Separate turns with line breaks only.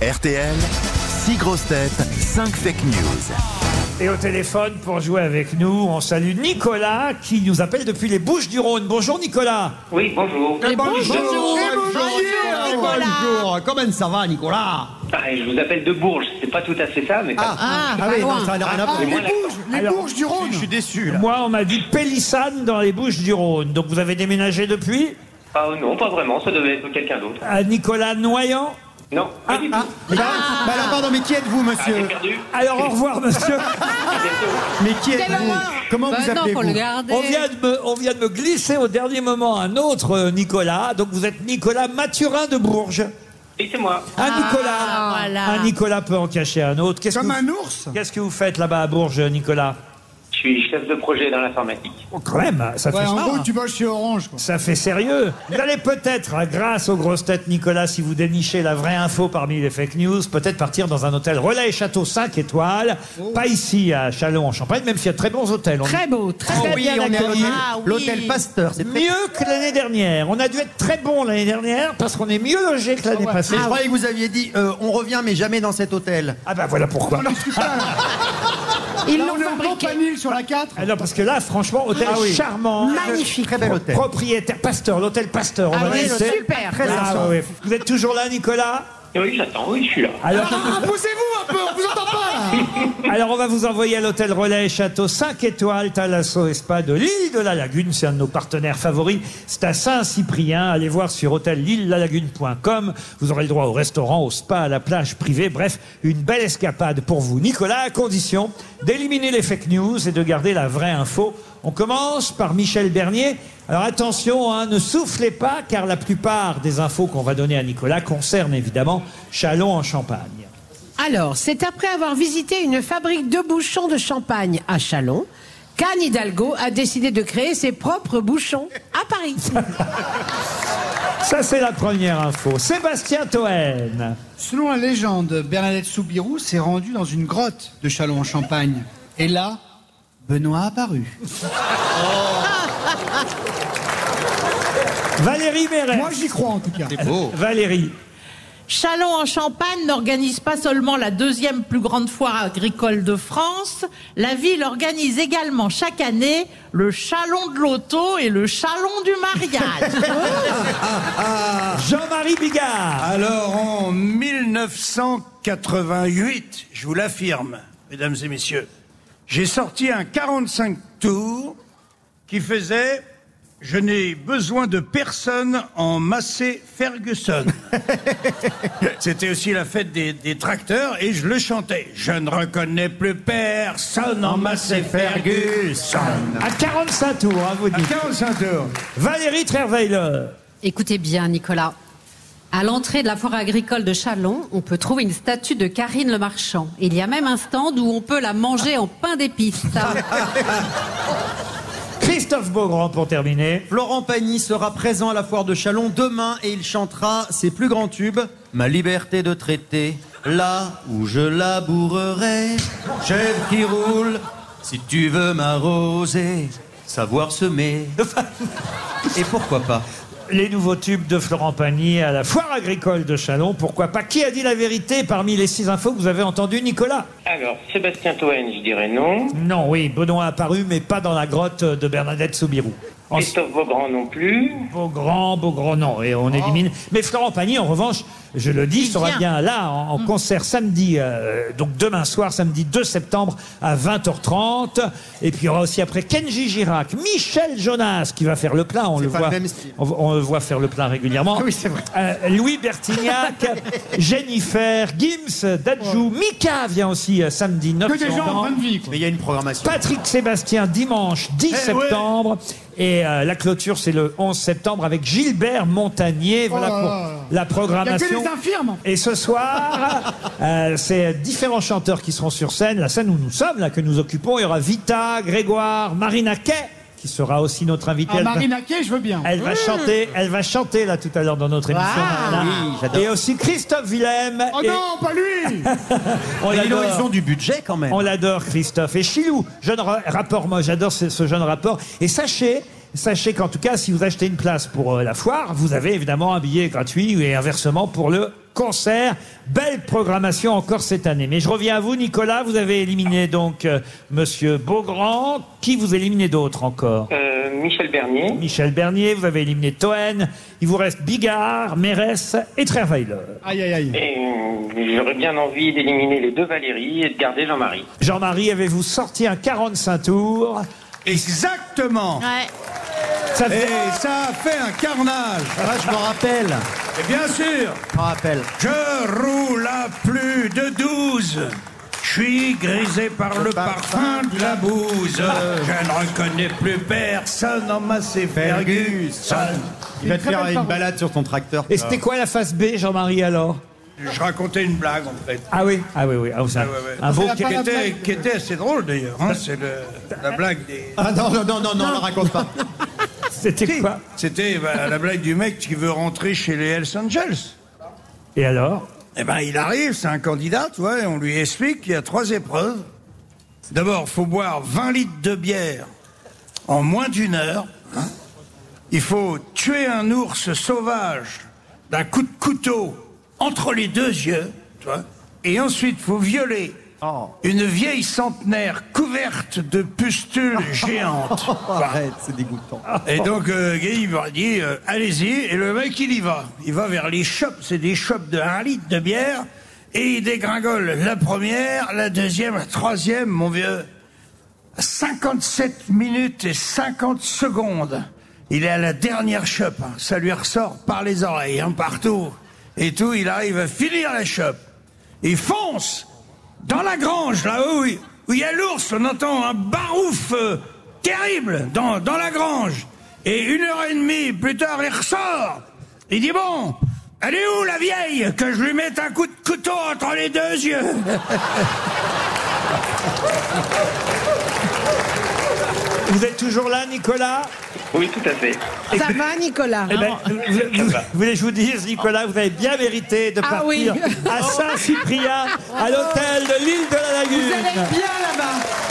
RTL, 6 grosses têtes, 5 fake news.
Et au téléphone, pour jouer avec nous, on salue Nicolas qui nous appelle depuis les Bouches du Rhône. Bonjour Nicolas.
Oui, bonjour.
Bonjour, bonjour,
Nicolas.
bonjour. Comment ça va, Nicolas
Ah, je vous appelle de Bourges, c'est pas tout à fait ça, mais
Ah,
Ah,
ah
pas
oui,
loin.
non, ça n'a rien à
Ah,
voir.
c'est moi,
Bourges, les
Alors,
Bourges du Rhône.
déçu,
Moi, on m'a dit Pélissane dans les Bouches du Rhône. Donc vous avez déménagé depuis
ah, non, pas vraiment, ça devait être quelqu'un d'autre.
à Nicolas Noyant.
Non, pas du tout.
Ah, mais bah, bah alors, pardon, mais qui êtes-vous,
Ah, j'ai
monsieur
perdu.
Alors au revoir monsieur.
Ah,
Mais qui êtes-vous
mort.
Comment
Bah
vous
non, faut le
appelez-vous
garder.
On vient, de me, on vient de me glisser au dernier moment un autre euh, Nicolas. Donc vous êtes Nicolas Mathurin de Bourges.
Et c'est moi.
Un Nicolas.
voilà.
Un Nicolas peut en cacher un autre. Qu'est-ce que,
Comme
vous-
un ours
qu'est-ce que vous faites là-bas à Bourges, Nicolas
Je suis chef de projet dans l'informatique.
Oh, Quand même, ça
Ouais,
fait
en
ça.
gros, tu bosses chez Orange, quoi.
Ça fait sérieux. Vous allez peut-être, hein, grâce aux grosses têtes Nicolas, si vous dénichez la vraie info parmi les fake news, peut-être partir dans un hôtel relais château 5 étoiles. Pas ici à Chalon en Champagne, même s'il y a de très bons hôtels. On est
Très beau, très
Oh
très
oui,
bien
on est à
accueilli.
Lille.
Ah oui.
L'hôtel Pasteur, c'est
Ah
très...
Mieux que l'année dernière. On a dû être très bon l'année dernière parce qu'on est mieux logé que l'année
Mais
passée.
je croyais que vous aviez dit, euh, on revient mais jamais dans cet hôtel.
Ah bah voilà pourquoi.
Ils
Là,
l'ont
on est en
fabriqué.
campanile sur la 4.
Alors Ah parce que là, franchement, hôtel
Ah oui.
charmant.
Magnifique.
Très bel hôtel.
Propriétaire Pasteur, l'hôtel Pasteur. On
Ah
va
oui,
rester.
super.
Très
Ah
intéressant.
ouais, ouais. Vous êtes toujours là, Nicolas
Oui, j'attends, oui, je suis là.
Alors,
Poussez-vous un peu, on vous entend pas là
Alors on va vous envoyer à l'hôtel Relais Château 5 étoiles Talasso et Spa de l'île de la Lagune. C'est un de nos partenaires favoris. C'est à Saint-Cyprien. Allez voir sur hôtellille-la-lagune.com. Vous aurez le droit au restaurant, au spa, à la plage privée. Bref, une belle escapade pour vous, Nicolas, à condition d'éliminer les fake news et de garder la vraie info. On commence par Michel Bernier. Alors attention, hein, ne soufflez pas, car la plupart des infos qu'on va donner à Nicolas concernent évidemment Chalon en Champagne.
Alors, c'est après avoir visité une fabrique de bouchons de champagne à Chalon qu'Anne Hidalgo a décidé de créer ses propres bouchons à Paris.
Ça, c'est la première info. Sébastien Toen.
Selon la légende, Bernadette Soubirous s'est rendue dans une grotte de Chalon en Champagne. Et là, Benoît apparut.
Valérie Méret.
Moi j'y crois en tout cas.
Valérie.
Chalon en Champagne n'organise pas seulement la deuxième plus grande foire agricole de France, la ville organise également chaque année le Chalon de l'auto et le Chalon du mariage.
Jean-Marie Bigard.
Alors en 1988, je vous l'affirme, mesdames et messieurs, j'ai sorti un 45 tours qui faisait Je n'ai besoin de personne en Massé Ferguson. C'était aussi la fête des, des tracteurs et je le chantais. Je ne reconnais plus personne en Massé Ferguson.
À 45 tours, hein, vous
À
dites.
45 tours.
Valérie Trerweiler.
Écoutez bien, Nicolas. À l'entrée de la forêt agricole de Chalon, on peut trouver une statue de Karine le Marchand. Il y a même un stand où on peut la manger en pain d'épices.
Christophe Beaugrand pour terminer.
Laurent
Pagny sera présent à la foire de Chalon demain et il chantera ses plus grands tubes. Ma liberté de traiter, là où je labourerai. Chef qui roule, si tu veux m'arroser, savoir semer. Et pourquoi pas
Les nouveaux tubes de Florent Pagny à la foire agricole de Chalon. Pourquoi pas Qui a dit la vérité parmi les six infos que vous avez entendues, Nicolas
Alors, Sébastien Toen, je dirais non.
Non, oui, Benoît apparu, mais pas dans la grotte de Bernadette Soubirou. En
Christophe Beaugrand non plus.
Beaugrand, Beaugrand, non, et on élimine. Mais Florent Pagny, en revanche, je le dis, sera
vient.
bien là en, en concert samedi, euh, donc demain soir, samedi 2 septembre à 20h30. Et puis il y aura aussi après Kenji Girac, Michel Jonas qui va faire le plein, on le
pas
voit,
le même style.
on, on le voit faire le plein régulièrement.
Oui, c'est vrai.
Euh, Louis Bertignac, Jennifer, Gims, Dadju, Mika vient aussi euh, samedi 9
Que des gens en
septembre.
fin de vie, quoi.
Mais il y a une programmation.
Patrick Sébastien dimanche 10
Eh ouais.
septembre et euh, la clôture c'est le 11 septembre avec Gilbert Montagnier voilà
Oh là
pour
là. Il
la
n'y a que
programmation
des infirmes.
et ce soir euh, c'est différents chanteurs qui seront sur scène la scène où nous sommes là que nous occupons il y aura Vita Grégoire Marina Kay qui sera aussi notre invitée
À
Elle va-
Marinaquet, je veux bien.
elle va chanter, elle va chanter là tout à l'heure dans notre émission. Marina.
oui, j'adore.
et aussi Christophe Willem.
Oh
et
non, pas lui
on
Mais ils ont-
l'adore.
ils ont du budget quand même.
On l'adore, Christophe. Et Chilou, jeune ra- rapport, moi j'adore ce, ce jeune rapport. Et sachez, sachez qu'en tout cas, si vous achetez une place pour euh, la foire, vous avez évidemment un billet gratuit et inversement pour le concerts. Belle programmation encore cette année. Mais je reviens à vous, Nicolas. Vous avez éliminé donc euh, Monsieur Beaugrand. Qui vous éliminez d'autres encore
Euh, Michel Bernier.
Michel Bernier, vous avez éliminé Toen. Il vous reste Bigard, Mérès et Trerweiler.
Aïe, aïe, aïe.
Et euh, j'aurais bien envie d'éliminer les deux Valérie et de garder Jean-Marie.
Jean-Marie, avez-vous sorti un 45 tours
Exactement.
Ouais.
Ça
Et
fait...
ça a fait un carnage.
Ah, je me rappelle.
Et bien sûr,
Je me rappelle.
je roule à plus de 12. Je suis grisé par le parfum de la bouse. Je ne reconnais plus personne en ma Ferguson.
Il va te faire une balade sur ton tracteur.
Et c'était quoi la face B, Jean-Marie, alors
Je racontais une blague en fait.
Ah oui Ah oui, oui. Ah, c'est un,
ouais, ouais.
un beau...
Qui était, qui était assez drôle d'ailleurs. hein, C'est le- la blague des.
Ah non, non, non, non, non, on la raconte pas.
C'était quoi
C'était bah, la blague du mec qui veut rentrer chez les Hells Angels.
Et alors
Eh ben, il arrive, c'est un candidat, tu vois, et on lui explique qu'il y a trois épreuves. D'abord, faut boire 20 litres de bière en moins d'une heure. hein. Il faut tuer un ours sauvage d'un coup de couteau entre les deux yeux, tu vois. Et ensuite, faut violer une vieille centenaire couverte de pustules géantes.
Arrête, c'est dégoûtant.
Et donc, euh, Guy, il m'a dit, euh, allez-y. Et le mec, il y va. Il va vers les shops. C'est des shops de 1 litre de bière. Et il dégringole la première, la deuxième, la troisième, mon vieux. 57 minutes et 50 secondes. Il est à la dernière chope. hein. Ça lui ressort par les oreilles, hein, partout. Et tout, il arrive à finir la chope. Il fonce dans la grange, là-haut, il- où il y a l'ours. On entend un barouf euh, terrible dans, dans la grange. Et une heure et demie plus tard, il ressort. Il dit bon, elle est où la vieille Que je lui mette un coup de couteau entre les deux yeux.
Vous êtes toujours là, Nicolas
Oui, tout à fait.
Ça va, Nicolas
Eh ben, vous, vous- vous voulez que je vous dise, Nicolas, vous avez bien mérité de
Ah
partir
oui.
à Saint-Cyprien, à l'hôtel de l'île de la
Vous
Lagune.
allez bien là-bas